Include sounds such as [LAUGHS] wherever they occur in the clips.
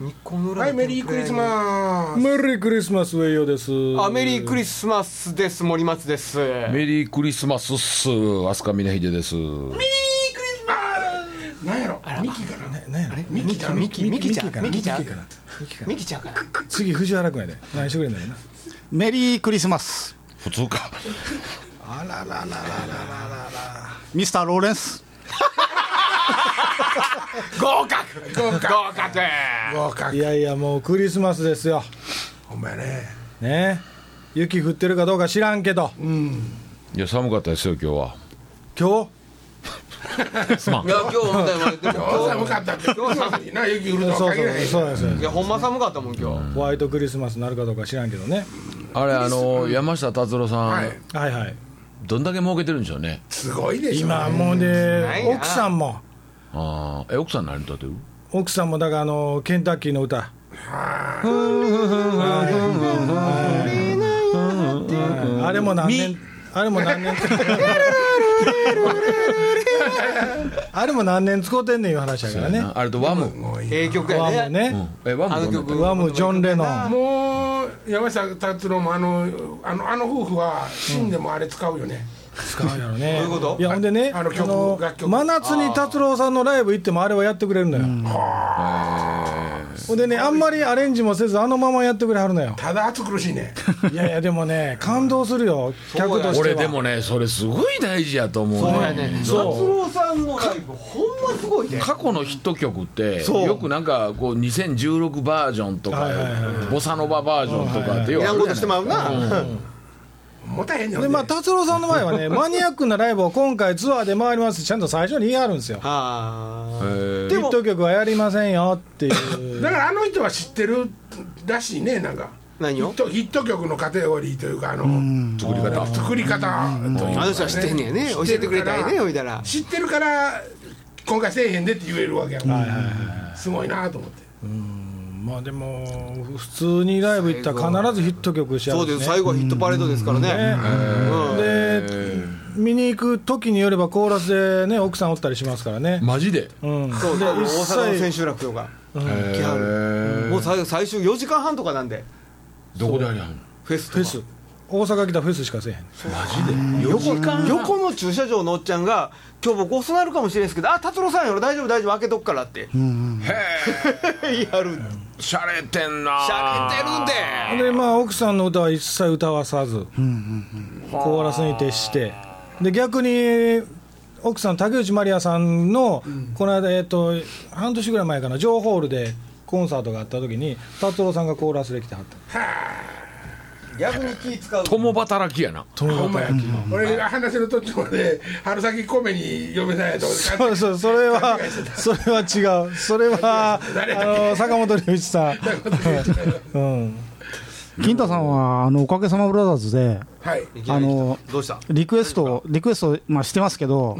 日光の裏はいメリークリスマスメリークリスマス上与ですあメリークリスマスです森松ですメリークリスマスっす飛鳥峰秀ですなんやろミキかな何やろミキちゃんミキミキちゃんミキちゃんミキかなミキちゃんかな次藤原君やで何してくれんだろうなメリークリスマス普通かあらららららミスターローレンス合格合格合格合格いやいやもうクリスマスですよほんまやねね雪降ってるかどうか知らんけどいや寒かったですよ今日は今日いや今日本当にでも今日寒かったって今日寒いな雪降るそのうそう限らへんそうやそう今日いややほんま寒かったもん今日ホワイトクリスマスになるかどうか知らんけどねあれあの山下達郎さん、はいはいはいどんだけ儲けてるんでしょうねすごいでしょ今もうないねな奥さんもあーえ奥さん何歌ってる奥さんもだからあのケンタッキーの歌あれも何年あれも何年あれも何年使うてんねんいう話やからねあれとワムええ曲ワやムねねえワあムのどんな曲ワムジョン・レノンもう山下達郎もあのあのあの夫婦は死んでもあれ使うよね、使うやろねどういうことやほんでねあの曲楽曲真夏に達郎さんのライブ行ってもあれはやってくれるのよほんでねあんまりアレンジもせずあのままやってくれはるのよただ暑苦しいねいやいやでもね感動するよう客やとしては俺でもねそれすごい大事やと思うそうやね達郎さんのライブほんますごいね過去のヒット曲ってそうよくなんかこう2016バージョンとか、はいはいはボサノババージョンとかってよいくあらるんじこゃなといしてまうなもたへんねんでまあ達郎さんの場 [LAUGHS] 合はねマニアックなライブを今回ツアーで回りますってちゃんと最初に言い張るんですよあえヒット曲はやりませんよっていうだからあの人は知ってるらしいねなんか何ヒッをトヒット曲のカテゴリーというかあのー作り方作り方というかねあの人は知ってんねやね教えてくれたいねおいたら知ってるから今回せえへんでって言えるわけやからすごいなと思ってまあでも普通にライブ行ったら必ずヒット曲しちゃそううんですね最後はヒットパレードですからねうんで見に行く時によればコーラスでね奥さんおったりしますからねマジで、うんでそう大一阪の千切秋楽とかへー来はるもう最最終4時間半とかなんでどこでありゃんフェスとフかェス大阪来たフェスしかせえへん横横の駐車場のおっちゃんが今日僕遅なるかもしれないですけどあ達郎さんやろ大丈夫大丈夫開けとくからってへえ [LAUGHS] やるしゃれてんなしゃれてるんででまあ奥さんの歌は一切歌わさずコーラスに徹してで逆に奥さん竹内まりやさんのこの間えっと半年ぐらい前かなジョーホールでコンサートがあった時に達郎さんがコーラスで来てはった逆に気使う共働きやなほんまや俺が話の途中まで春先米に嫁さんやと思って [LAUGHS] そうそうそれは [LAUGHS] それは違うそれは誰あの坂本龍一さんうん金太さんはあのおかげさまブラザーズではいあのどうしたリクエストリクエスト、まあ、してますけど、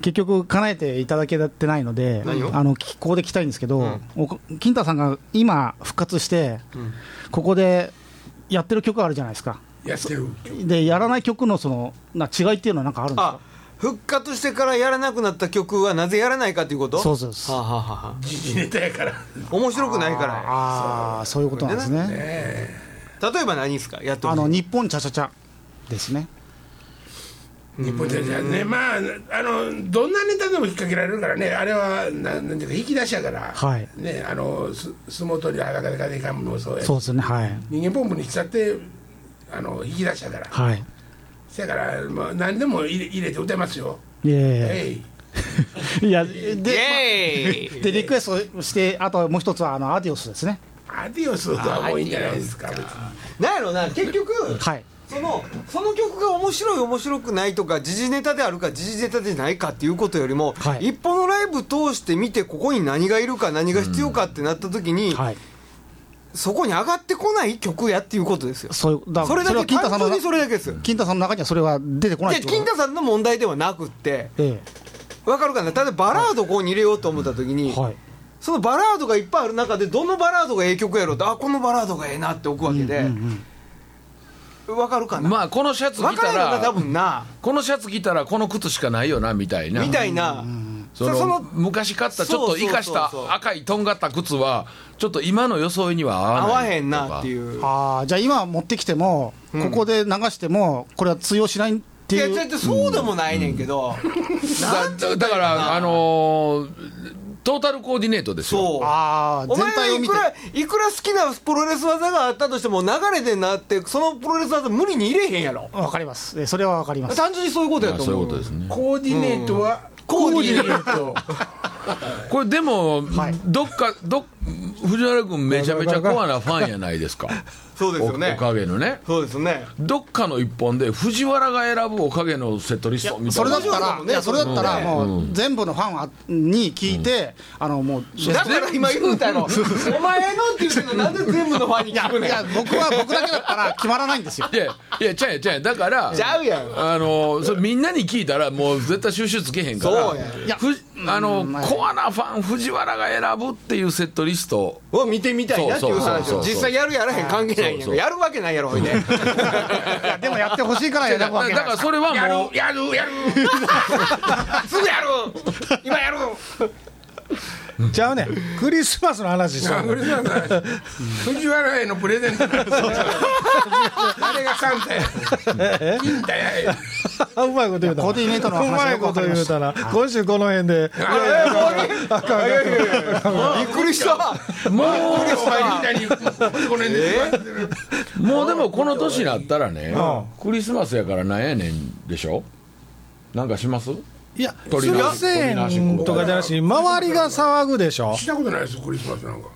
結局叶えていただけてないので何をあのきここで聞きたいんですけど、おこ金太さんが今復活して、ここでやってる曲あるじゃないですかやってるでやらない曲のそのな違いっていうのは何かあるんですあか復活してからやらなくなった曲はなぜやらないかということそうそうそうはあはあはあはあ時事ネタやから面白くないかああそういうことなんですねら例えば何ですかやってほあしいの日本ちゃちゃちゃですね日本じゃねまああのどんなネタでも引っ掛けられるからねあれはななんていうか引き出しやからはいねあのす相撲取り裸でかでかむのもそうやしそうですねはい人間ポンプにしちゃってあの引き出しやからはいせやから、まあ、何でも入れ入れて歌いますよ、いやいやいえい [LAUGHS] やいやでイでエーイリクエストしてあともう一つはあのアディオスですねアディオスとはもういいんじゃないですか別になんやろな結局はいそのその曲が面白い面白くないとか時事ネタであるか時事ネタでないかっていうことよりも、はい一歩のライブ通して見てここに何がいるか何が必要かってなった時に、はいそこに上がってこない曲やっていうことですよそういうだそれだはけ金太さ単んの純にそれ金だけですよ太さんの中にはそれは出てこないで金太さんの問題ではなくってさんえわかるかな例えばバラードをここに入れようと思った時に、えはいそのバラードがいっぱいある中でどのバラードがええ曲やろうとあこのバラードがええなって置くわけで、わかるかな、まあこのシャツわ着かたらないのが多ら分なこのシャツ着たらこの靴しかないよなみたいなみたいなそのその昔買ったちょっそとうそうそうそう生かした赤いとんがった靴はちょっと今の装いには合合わないわへんなっていう。ああじゃあ今持ってきても、ここで流してもこれは通用しないっていや、いうちょっとそうでもないねんけど、だだからあのートータルコーディネートですよそう。ああお全前が体をい見くてらいくら好きなプロレス技があったとしても流れでなってそのプロレス技無理に入れへんやろわかりますえそれはわかります単純にそういうことやまあとそうい思ううことですねコーディネートは、コーディネートこれでも、いどっかど藤原君めちゃめちゃコアなファンやないですか [LAUGHS] そうですおよねおかげのねそうですよねどっかの一本で藤原が選ぶおかげのセットリストみたそいれなだった面白いらもんいねやそれだったらもう全部のファンはに聞いてあのもうだから今言うたやろお前のって言うのなんで全部のファンに聞くいねんや僕は僕だけだったら決まらないんですよいやいやちゃうやんちゃうやんだからちゃうやんあのそれみんなに聞いたらもう絶対収集つけへんからそうやんいやふあのうんコアなファン藤原が選ぶっていうセットリストを見てみたいなっていうそうそう話そうをそう実際やるやらへん関係ないんやんそかうそうやるわけないやろほいでいやでもやってほしいからだ選かぶわらけだないからそれはやもうる、や [LAUGHS] る、やる、すぐやる今やるちゃうねんクリスマスの話したの [LAUGHS] 俺なんか藤原へのプレゼント、あれがサンタや、金太や、あうまいこと言うたなコーディネートの話うまいこと言うたな今週この辺でいやいやいやびっくりしたもうお前みたいに、これね、もうでもこの年になったらねうクリスマスやからなんやねんでしょなんかしますいや鳥鶴な仙とかじゃなし周りが騒ぐでしょしたことないですよ、クリスマスなんか、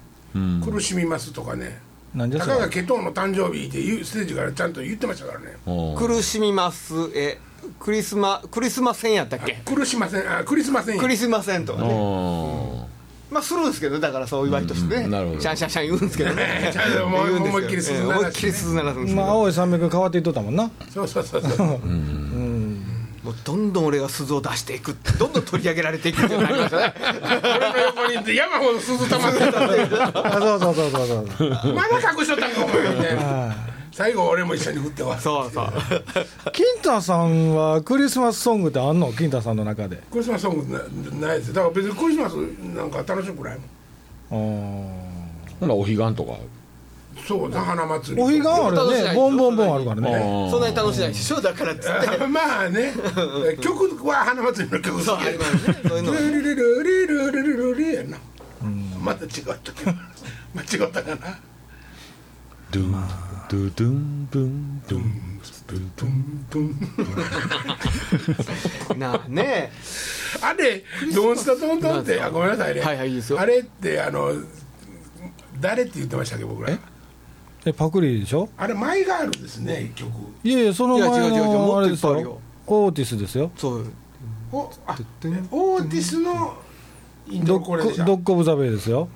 苦しみますとかね、なんじたゃそかれがケトーの誕生日で言うステージからちゃんと言ってましたからね、うん苦しみますえクリスマクリスマ戦やったっけ苦しません、あクリスマスに、クリスマ戦とかねまあするんですけどだからそういう割としてね、うんなるほどシャンシャンシャン言うんですけど [LAUGHS] ねシャンシャンもう言んですけど思いっきり鈴鳴えらえ思いしてっきり鈴鳴らすんですけまあど、青い山脈変わっていっとったもんなそうそうそうそう。もうどんどん俺が鈴を出していくってどんどん取り上げられていくってなりましたね [LAUGHS] 俺の横にいて山ほど鈴溜まってた [LAUGHS] あそうそうそうそうそうそう [LAUGHS] まだ隠しとったんかお前みたいな最後俺も一緒に振って終わるそう [LAUGHS] そう金太さんはクリスマスソングってあんの金太さんの中でクリスマスソングなないですよだから別にクリスマスなんか楽しくないもんうんほなお彼岸とかそうだ花祭りお彼岸あるよねボンボンボンあるからねうんそんなに楽しないでしょだからっつってあ [LAUGHS] まあね曲は花祭りの曲好きやありますねそういうのルルルルルルルルルルやな [LAUGHS] また違ったけど間違ったかなドゥンドゥドゥンブンドゥンブンブンなあねあれドンスタドンドンってあごめんなさいねはいはいいいですよあれってあの誰って言ってましたっけ僕らえパクリでしょあれマイガールですね曲いやいやその前いや違う違う違うのもあっとれでいっすぱいあるよよオーティスですよ [LAUGHS] そうおあオーティスのイントドロこれでしッょグドッグオブザベイですよ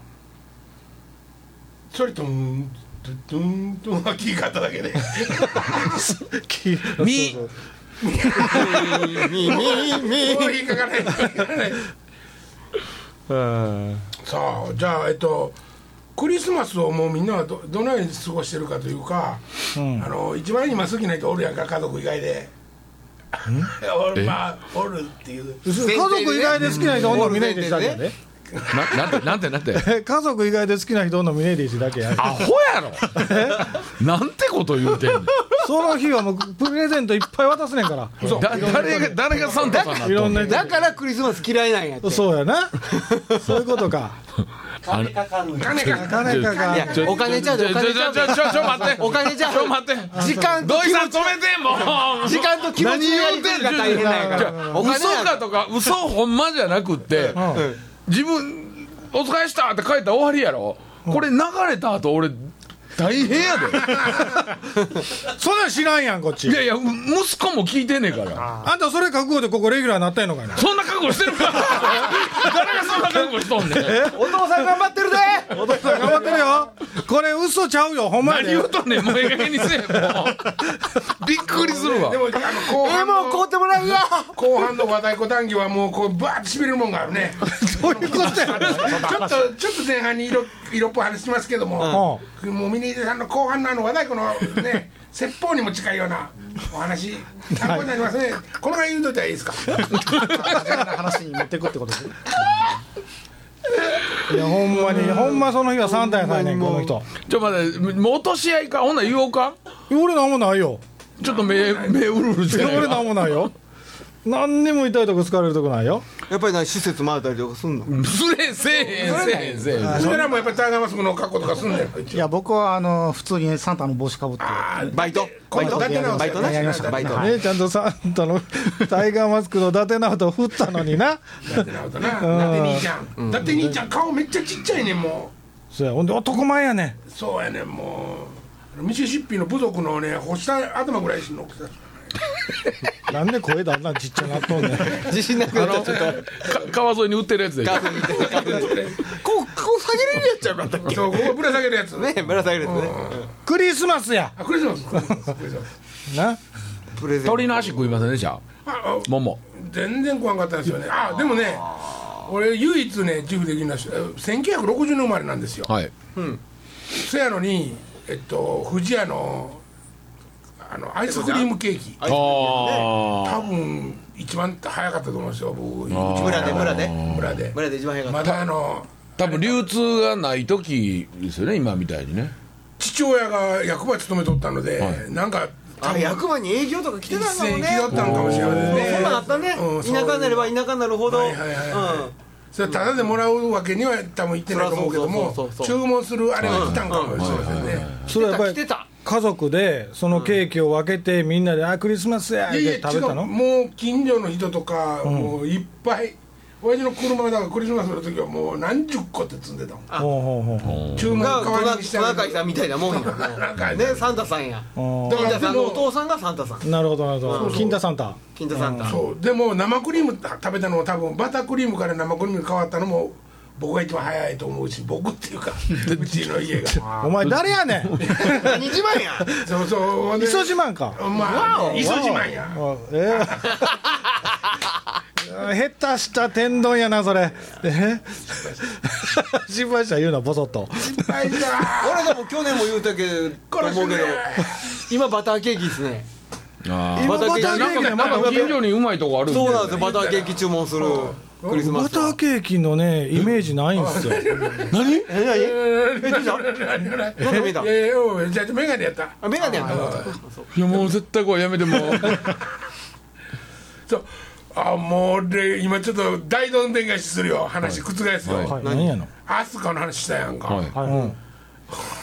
それとんドゥンドゥンは聞い方だけでミみみみもう引っかかない引っかかないさあじゃあえっとクリスマスをもうみんなはどどのように過ごしてるかというか、あの一番今好きな人おるやんか家族以外でおるまあおるっていう家族以外で好きな人おんのミネイディだけやでななんてなんてなんてえ家族以外で好きな人おんのミネイディだけやでアホやろ [LAUGHS] なんてこと言うてんね [LAUGHS] ん [LAUGHS] その日はもうプレゼントいっぱい渡すねんからだ誰が誰がサンタさんなっいとろんんねなん人だからクリスマス嫌いなんやってそうやなそういうことか [LAUGHS] 金かか金かいがやお金ちゃうでおちょ金ちちゃょうちでょちょちょ待ってお金ちゃうちょ待って時間と土井さん止めてもう時間と気持ちのやり取りが大変なんやからお金嘘やかとか嘘ほんまじゃなくってん自分「お疲れした」って書いたら終わりやろこれ流れた後俺大変やでそんなん知らんやんこっちいやいやう息子も聞いてんねえからあんたそれ覚悟でここレギュラーになったんのかいなそんな覚悟してる [LAUGHS] か誰がそんな覚悟しとんねんお父さん頑張ってるでお父さん頑張ってるよこれ嘘ちゃうよほんまや [LAUGHS] 何で言うとんねんもうええ加減にせえもうびっくりするわでもあの後ええ半もんの買うてもらうよ後半の和太鼓談義はもうこうバーッとしびれるもんがある [LAUGHS] ねどういうことやちょっとちょっと [LAUGHS] 前半に色色っぽい話しますけども、もうミニーさんの後半のあの和太鼓のね説法にも近いようなお話参考になりますね、この辺言うといたらいいですか話に持っていくってことですいやほんまにほんまその日はサンタやないねんこの人ちょ、まだ、もう落とし合いか、ほんなら言おうか。俺なんもないよちょっと目、目うるうるしてない俺なんもないよ何にも痛いとこ疲れるとこないよやっぱりな施設回ったりとかすんのすれせえへん、せえへん、せえへん。それらもやっぱりターガーマスクの格好とかすんだよ一い応や僕はあの普通にサンタの帽子かぶってあーバイト今度バイトだってなバイトなやりましたバイトねちゃんとサンタのタイガーマスクの伊達直人を振ったのになだってなことなだって兄ちゃんだって兄ちゃん顔めっちゃちっちゃいねんもそうやほんで男前やねうそうやねんもうミシシッピの部族のね干した頭ぐらいしのんなんで声だんだんちっちゃなっとんねん自信なくなっちゃったからか川沿いに売ってるやつで。カーブ見てカーブ見てこうこう下げれるやつちゃうかったっそうここぶら下げるやつけねぶら下げるやつねクリスマスやあクリスマスクリスマスクリスマスなプレゼント鳥の足食いませんでした。ああもも。全然怖かったんですよねあでもね俺唯一ね自負できるのは1960年生まれなんですよはい。そやのにえっと富士屋のあのアイスクリームケーキああ。多分一番早かったと思うんですよ僕村で村で村で村で一番早かっまだあの多分流通がない時ですよね、今みたいにね。父親が役場勤めとったので、はいなんかたあれ役場に営業とか来てたんだもん一ね斉に来とったのかもしれないですねそんなんあったねうん田舎になれば田舎になるほどはいはいはいはいうんそれただでもらうわけには多分いってないと思うけどもそうそうそうそう注文するあれが来たんかもしれませんねそれはやっぱり来てた家族でそのケーキを分けてみんなで「あクリスマスや」っいやていや食違べうたのもう近所の人とか、もういっぱい親父の車がだからクリスマスの時はもう何十個って積んでたもんほうほうほ注文が代トわナりにしてあカイげるさんみたいなもんや [LAUGHS] なんかねサンタさんやうだ金太からでさんのお父もさんがサンタさんうなるほどなるほそうどそう金太サンタ金太サンタそうでも生クリーム食べたのは多分バタークリームから生クリームに変わったのも僕が一番早いと思うし僕っていうかうちの家がお前誰 [LAUGHS] やねん何自慢やそうそうほんで磯島んかまあ磯島やあええ下手した天丼やなそれえ失敗した言うなボソッと大事だ俺でも去年も言うたけど思うけど今バターケーキですねあ今バターケーあ。キなんか、なんか近所にうまいとこあるみたいそうなんですよバターケーキ注文するクリスマバスタはーケーキのねイメージないんですよえ何えどうしたなんか見えたいやいやおいじゃあメガネやったあメガネやったいや、もう絶対これやめてもう。そうあもう俺今ちょっと大どんでん返しするよ話覆すよ、は何やのアスカの話したやんか、はい。はい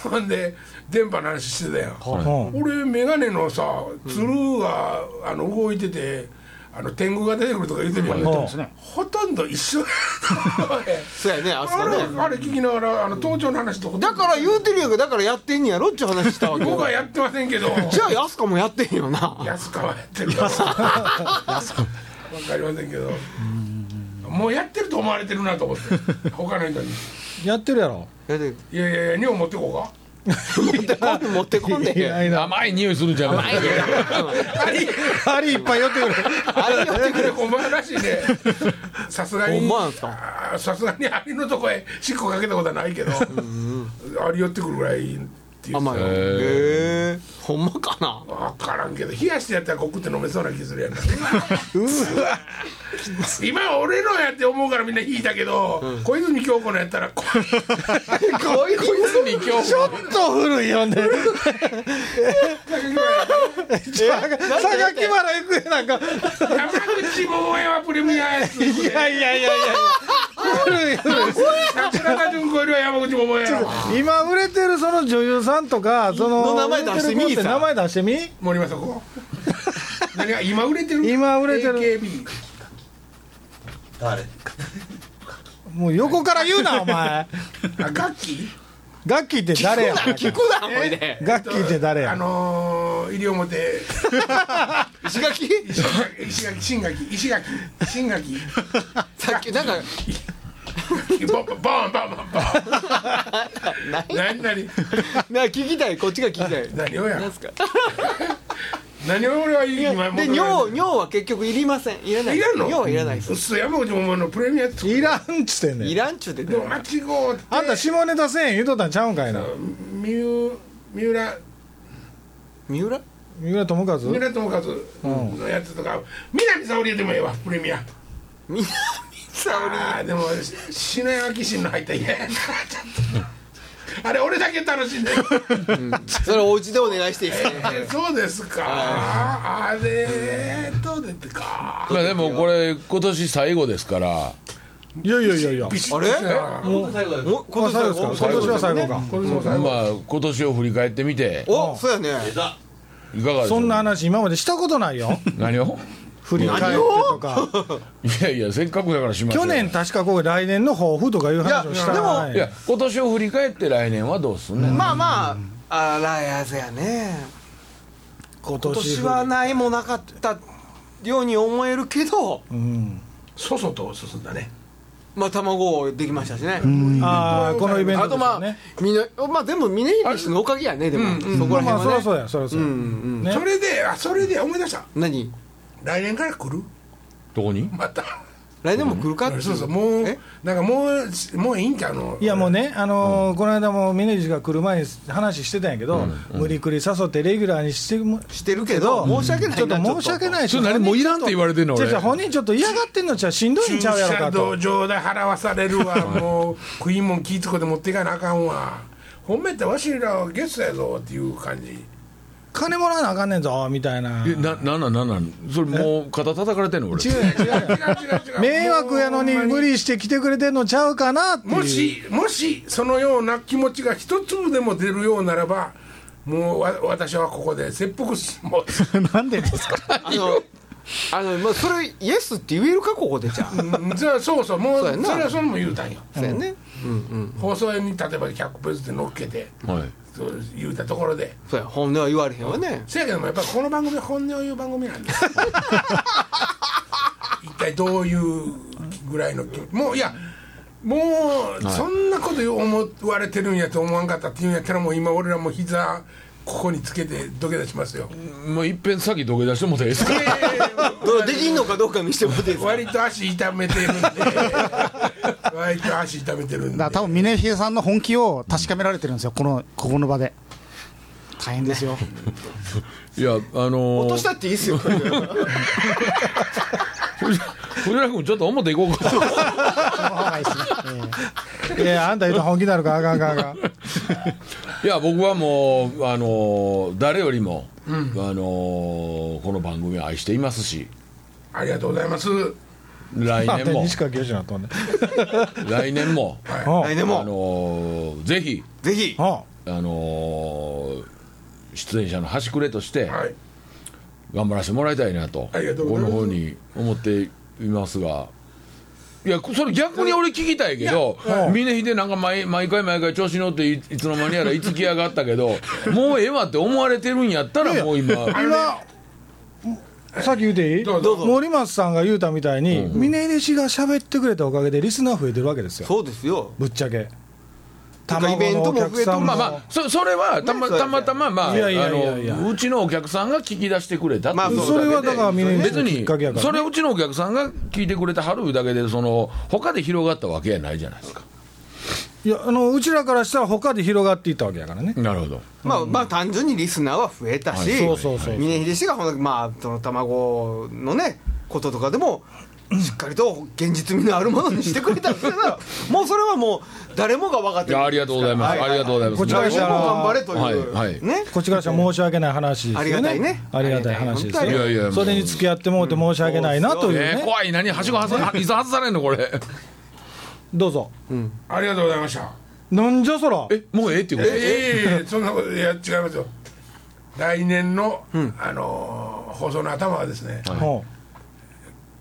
ほんで電波の話してたやん、うん俺眼鏡のさつるが、あの動いててあの天狗が出てくるとか言うてるやん、言ってますねほとんど一緒そうやねあそあこれねあれ聞きながらあの盗聴の話とかだから言うてるやんかだからやってんやろっちゅう話したわけ僕はやってませんけどじゃあ安子もやってんよな安川やってるから分かりませんけどもうやってると思われてるなと思って他の人にやってるやろやって「いやいやいや尿持ってこうか」持ってこんでいやいや甘い匂いするんじゃん。甘いありいっぱい寄ってくるあれやってくれお前らしいねさすがほんにまなんすかあーさすがにアリのとこへしっこかけたことはないけどアリ寄ってくるぐらいっていう甘いさへえほんまかな分からんけど冷やしてやったらコクって飲めそうな気するやんか今俺のやって思うからみんな引いたけど小泉今日子のやったらここいつに今 [LAUGHS] 日ちょっと古いよ [LAUGHS] ね佐賀木原行方なんか山口百恵はプレミアやついやいやいやいや古い古い桜田淳子よりは山口百恵やろ今売れてるその女優さんとかそのの名前出してみ売れる子って名前出してみ森政子何が今売れてる今売れてる AKB もう横から言うなお前あガッキガッキーって誰や聞くなほいでガッキーって誰ーあやのー、西表石垣石垣石垣新垣石垣新垣さっきなんかボンボンボンボンボン何何な聞きたいこっちが聞きたい何をやなんすか何を俺はで今求められて尿る尿は結局いりませんいらないいらんの尿はいらないですうっす山口百恵のプレミアやついらんっつってんねいんらんちゅうてでも間違うてあんた下ネタせえへん言うとったんちゃうんかいな三浦三浦三浦三浦友和三浦友和のやつとか南沙織でもええわプレミア南沙織ああでも篠山紀信の入ったら嫌やなちょっとあれ俺だけ楽しんでるそれお家でお願いしていいですかそうですかあれと出てかまあでもこれ今年最後ですからいやいやいやいやビシッあとれしたなお今あ最後ですか今年は最後かこれもま最後あ今年を振り返ってみておそうやねいかがでしょそうんな話今までしたことないよ何を振り返ってとかいやいやせっかくだからしましょ去う年確かここで来年の抱負とかいう話をしたいやいいや今年を振り返って来年はどうすんねんまあまああらやせやね今今年年はないもなかったように思えるけどうんそそと進んだねまあ卵できましたしねああこのイベントあでとすよまねあみなまあ全部峰秀氏のおかげやねでもそこまあらまあ辺そりはゃねそうやそりゃそうやうんうんねそれであそれで思い出した何来年から来るどこにまた来年も来るかっていそうそうもうえなんかもうもういいんちゃうのいやもうね、あのーこの間も峰岸が来る前に話してたんやけど、無理くり誘ってレギュラーにしてもしてるけど申し訳ないちょっなと申し訳ないそれ何もういらんって言われてんのじ俺ゃ本人ちょっと嫌がってんのちゃうしんどいん駐ちゃうやろ車かと道上代払わされるわもう食いもん気ぃつこで持っていかなあかんわほんめってわしらはゲストやぞっていう感じ金もらわなあかんねんぞみたいなえななんなんなんなんそれもう肩叩かれてんの俺違う違う違う違う違う迷惑やのにもうほんま無理して来てくれてんのちゃうかなっていうもしもしそのような気持ちが一粒でも出るようならばもうわ私はここで切腹しもう [LAUGHS] なんでですかあのあのまあそれイエスって言えるかここでじゃあうんそそうそうもうそうそやなれはそれも言うたんよそうやねうんうん放送に例えば100ペースで乗っけてはいそう言うたところでそうや本音は言われへんわねせやけどもやっぱりこの番組は本音を言う番組なんです [LAUGHS] 一体どういうぐらいの気もういやもうそんなこと思われてるんやと思わんかったっていうんやったらもう今俺らもう膝ここにつけて土下座しますよもういっぺん先土下座してもらっていいですかどうできんのかどうか見せてもらっていいですか [LAUGHS] 割と足痛めてるんで割と足痛めてるんでだから多分峰秀さんの本気を確かめられてるんですよ、このここの場で。大変ですよ。いやあの落ーとしたっていいっ [LAUGHS] すよ藤原君ちょっと表行こうかその方がいいですねええいやあんた言うと本気になるからあかんあかんあかんいや僕はもうあのー誰よりも、あのーこの番組を愛していますしありがとうございます来あ年でも西川清志なったんね来年も来年あものーぜひぜひああのー出演者の端くれとしてはい頑張らせてもらいたいなとありがとうございますこの方に思っていますがいやそれ逆に俺聞きたいけど峰秀なんか毎毎回毎回調子に乗っていいつの間にやらいつきやがったけどもうええわって思われてるんやったらもう今さっき言うていいどうぞ森松さんが言うたみたいに、峰岸が喋ってくれたおかげでリスナー増えてるわけですよそうですよぶっちゃけなんかイベントも増えてるまあまあそそれはたまねそうやたまたままああいやいやいやいやのうちのお客さんが聞き出してくれたっていうまあそれはだから峰岸別のきにっかけやから、ね、それうちのお客さんが聞いてくれてはるだけでその他で広がったわけやないじゃないですかいやあのうちらからしたら他で広がっていったわけやからね、なるほどまあまあ単純にリスナーは増えたしはいそうそうそうそう峰秀氏がほんとまあその卵のねこととかでもしっかりと現実味のあるものにしてくれたっていうの [LAUGHS] はもうそれはもう誰もが分かっていやありがとうございます、ありがとうございますこちら誰でもしたら頑張れという、はいはいねこっちからしたら申し訳ない話ですよねありがたいねありがたい話ですあよりがたいいやいやそれに付き合ってもうて申し訳ないなというえねー、怖い何はしごはさいつ外されんのこれどうぞありがとうございましたなんじゃそら [LAUGHS] えもうええっていうことええそんなこといや違いますよ来年の、あのー放送の頭はですね、ほ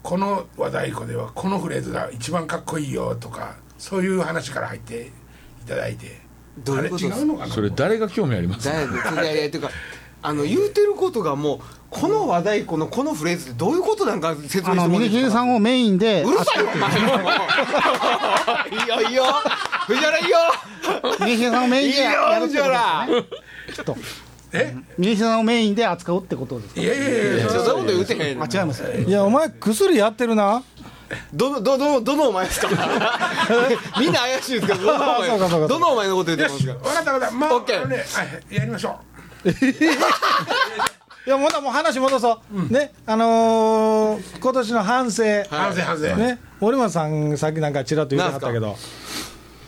この和太鼓ではこのフレーズが一番かっこいいよとかそういう話から入っていただいてどういうことあれ違うのかなそれ誰が興味ありますだよねいやいやというかあの言うてることがもうこの和太鼓のこのフレーズってどういうことなんか説明してあもらのってい峰いで秀すさかんをメインでうるさいよお前 [LAUGHS] いいよいいよ藤原いいよ峰秀さんをメイいンいでやよるって藤ことです原ねえ峰秀さんをメインで扱うってことですいやいやいやちょそういうこと言うてへんあ違いますういやお前薬やってるなどのどのどのお前ですか [LAUGHS] みんな怪しいですけどどのおそうかそ前うかそうかどのお前のこと言ってよましす分かかった分かったまあオッケーあのねはいやりましょういや、まだもう話戻そう。ね、あのー今年の反省。反省反省、ね、森松さん、さっきなんかちらっと言ってはったけど、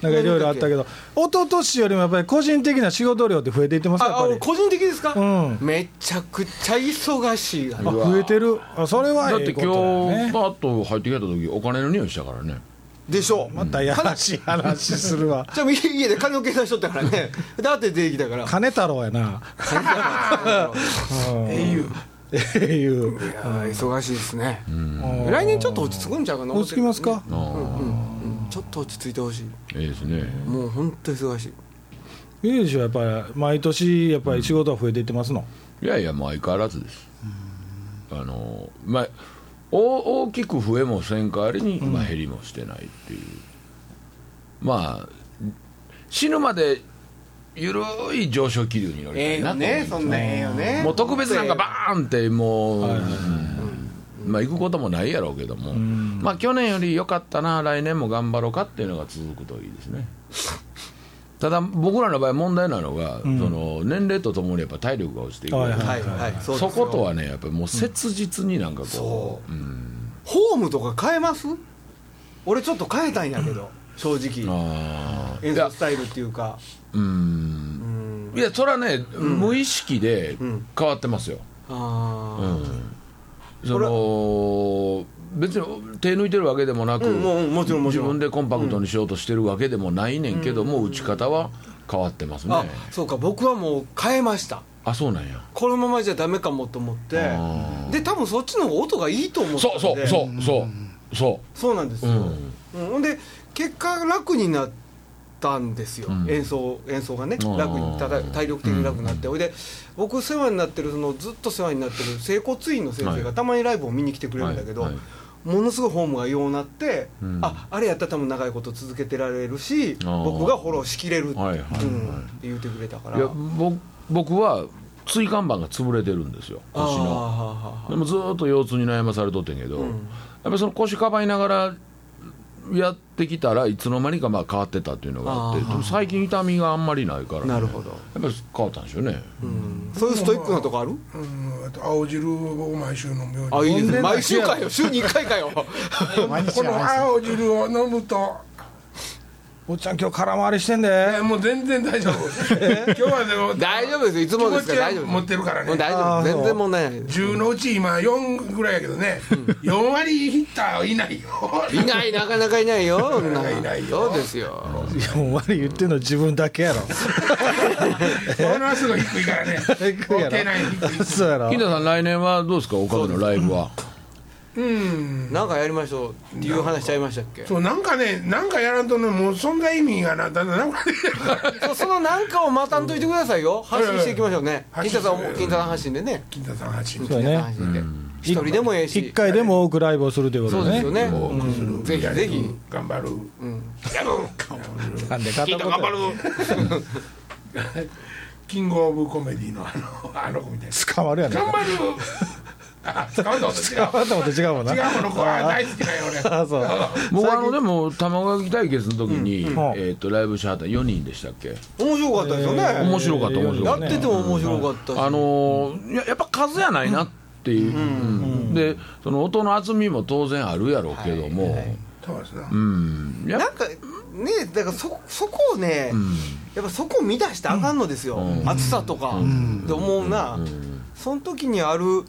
なんかいろいろあったけど、一昨年よりもやっぱり個人的な仕事量って増えていってますか、あやあっぱ個人的ですか、うんめちゃくちゃ忙しいがり。あ増えてる、あそれはだっえてえ今こと日だよね。パッと入ってきた時お金の匂いしたからねでしょう、またやらしい話するわ。じゃあ家で金の計算しとったからねだって出てきたから金太郎やな。英雄っていう。いやー忙しいですね、来年ちょっと落ち着くんちゃうかな落ち着きますかああちょっと落ち着いてほしいええですねもう本当忙しいいいでしょ、やっぱり、毎年、やっぱり仕事は増えていってますの。いやいやもう相変わらずですあのまあお大きく増えもせん代わりに、まあ、減りもしてないっていうまあ死ぬまでゆるい上昇気流に乗りたいなと思いますなええよねもう特別なんかバーンってもう、うんまあ行くこともないやろうけども、まあ去年より良かったな来年も頑張ろうかっていうのが続くといいですねただ僕らの場合問題なのが、その年齢とともにやっぱ体力が落ちていく、はいはいはいそうですそよことはねやっぱりもう切実になんかこう、ホームとか変えます俺ちょっと変えたんやけど正直ああ演奏スタイルっていうかうんいやそれはね、無意識で変わってますよ、あその別に手抜いてるわけでもなく、あもうもちろんもち自ろん分でコンパクトにしようとしてるわけでもないねんけども、打ち方は変わってますねあそうか僕はもう変えましたあそうなんやこのままじゃダメかもと思ってあで多分そっちの方が音がいいと思ってそうそうそうそうそそうなんですうよ、うんうんほんで結果楽になったんですよ、ん演奏演奏がねうん楽にただ体力的に楽になって、ほいで僕世話になってるそのずっと世話になってる整骨院の先生はがいたまにライブを見に来てくれるんだけど、はいはものすごいホームがようなって、うんああれやったら多分長いこと続けてられるしあー僕がフォローしきれるって、はいはいはいうんって言ってくれたからいやぼ僕は椎間板が潰れてるんですよあー腰はのあはあはあでもずーっと腰痛に悩まされとってんけど、うんやっぱりその腰かばいながらやってきたらいつの間にかまあ変わってたっていうのがあってあーでも最近痛みがあんまりないから、ね、なるほど、やっぱり変わったんでしょうね、うんそういうストイックなとこある、うんあと青汁を毎週飲むようあいいにですね毎週かよ週に1回かよ毎日こはの青汁を飲むとおっちゃん、今日空回りしてんいやで。もう全然大丈夫今日はでも大丈夫ですよいつもですから大気丈夫持ちは持ってるからもうね大丈夫全然問題ないです10のうち今4ぐらいやけどね4割ヒッターいないよいないなかなかいない [LAUGHS] よそんなかなかいないよそうですよいや、もう悪い言ってんの自分だけやろ。ものすごい低いか [LAUGHS] らね低いやろ持てない低いそうやろ。金田さん来年はどうですか岡部のライブはうんなんかやりましょうっていう話しちゃいましたっけそうなんかねなんかやらんとねもう存在意味がなだんだんなんかね [LAUGHS] そうそのなんかを待たんといてくださいよ発信していきましょうねはい金太さんも金太さん発信でね金田さん発信そう金太ねさん発信で一人でもええ一し回でも多くライブをするというこそうとでですよね。ねをうんするぜひぜひ頑張るやる頑張るなんで片言金田頑張る [LAUGHS] キングオブコメディのあのあの子みたいな捕まるやん。頑張 [LAUGHS] るあ使うぞ違あなたもと違うもんな。う違うこの子は大好きだよあそう。僕あのでも卵焼き対決の時に、んえー、とライブしはった4人でしたっけ、面白かったですよねえー面白かった面白やかっったてても面白かったしあのーややっぱ数やないなっていう、うんでその音の厚みも当然あるやろうけども、そうですなうんやっなんかねだからそそこをね、やっぱそこを満たしてあかんのですよ、暑さとか、って思うな、その時にある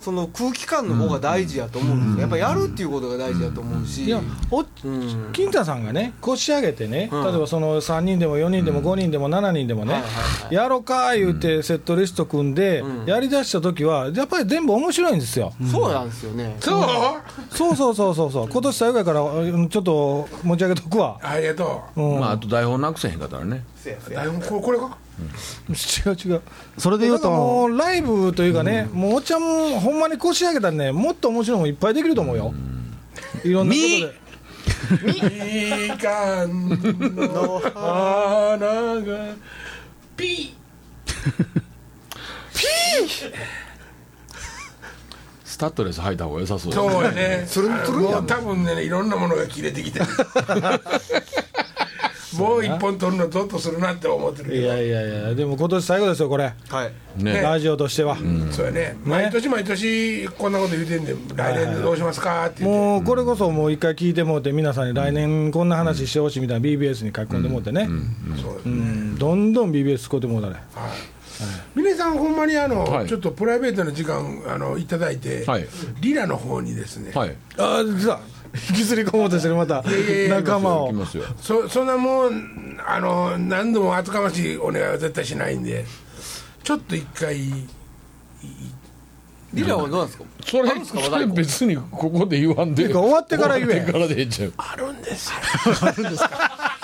その空気感の方が大事やと思うんですよ、やっぱやるっていうことが大事やと思うし、いや、おうん金太さんがね、腰上げてね、うん例えばその3人でも4人でも5人でも7人でもはねいはい、やろか言うて、セットリスト組んでう、んやりだした時は、やっぱり全部面白いんですよ、そうなんですよね、そうそうそうそうそうそう、今年最後やから、うんちょっと持ち上げとくわ、ありがとうまあ、ん、あと台本なくせへんかったらねう台本ここれか違う違う。それで言だうからもと、うライブというかね、もうおっちゃんもほんまに腰上げたらね、もっと面白いもんいっぱいできると思うよ、いろんなことで。みかんの花がピスタッドレス履いた方が良さそうーだそねうやねつるんつるんやもう多分ねいろんなものが切れてきて僕もう一本取るのゾッとするなって思ってるけいどやいやいやでも今年最後ですよこれはいねラジオとしては、そうやね毎年毎年こんなこと言うてんで来年どうしますかって言ってもうこれこそもう一回聞いてもうて皆さんに来年こんな話してほしいみたいな BBS に書き込んでもうてね、そうでうすねんどんどん BBS 使ってもうたねはい峰さんほんまにあの、はいちょっとプライベートの時間あのいただいて、はいリラの方にですね、はいああ実は引きずり込もうとしてるまた仲間行をきますよそそんなもうあの何度も厚かましいお願いは絶対しないんでちょっと一回リラはどうなんですかそれあるんですか和そ太れ鼓別にここで言わんでてか終わってから言え [LAUGHS] 終わってからでええんちゃうあるんですよ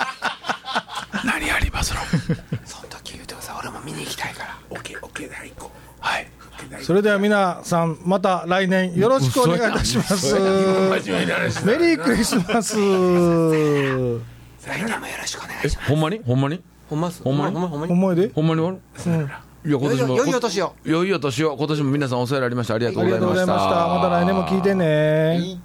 [LAUGHS] 何ありますの [LAUGHS] その時言うてもさ俺も見に行きたいからオケオケ太鼓はいオケ太それでは皆さんまた来年よろしくお願いいたしますメ鼓真面目な話だリークリスマ [LAUGHS] ス思来年もよろしくお願いしえますほんまにほんまにほんまっすほんまにほんまほんまにい出ほんまに終わるいや今年も良いお年を良いお年を今年も皆さんお世話になりましたありがとあうごりざがいとうござましいましたたまた来年も聞いてねいい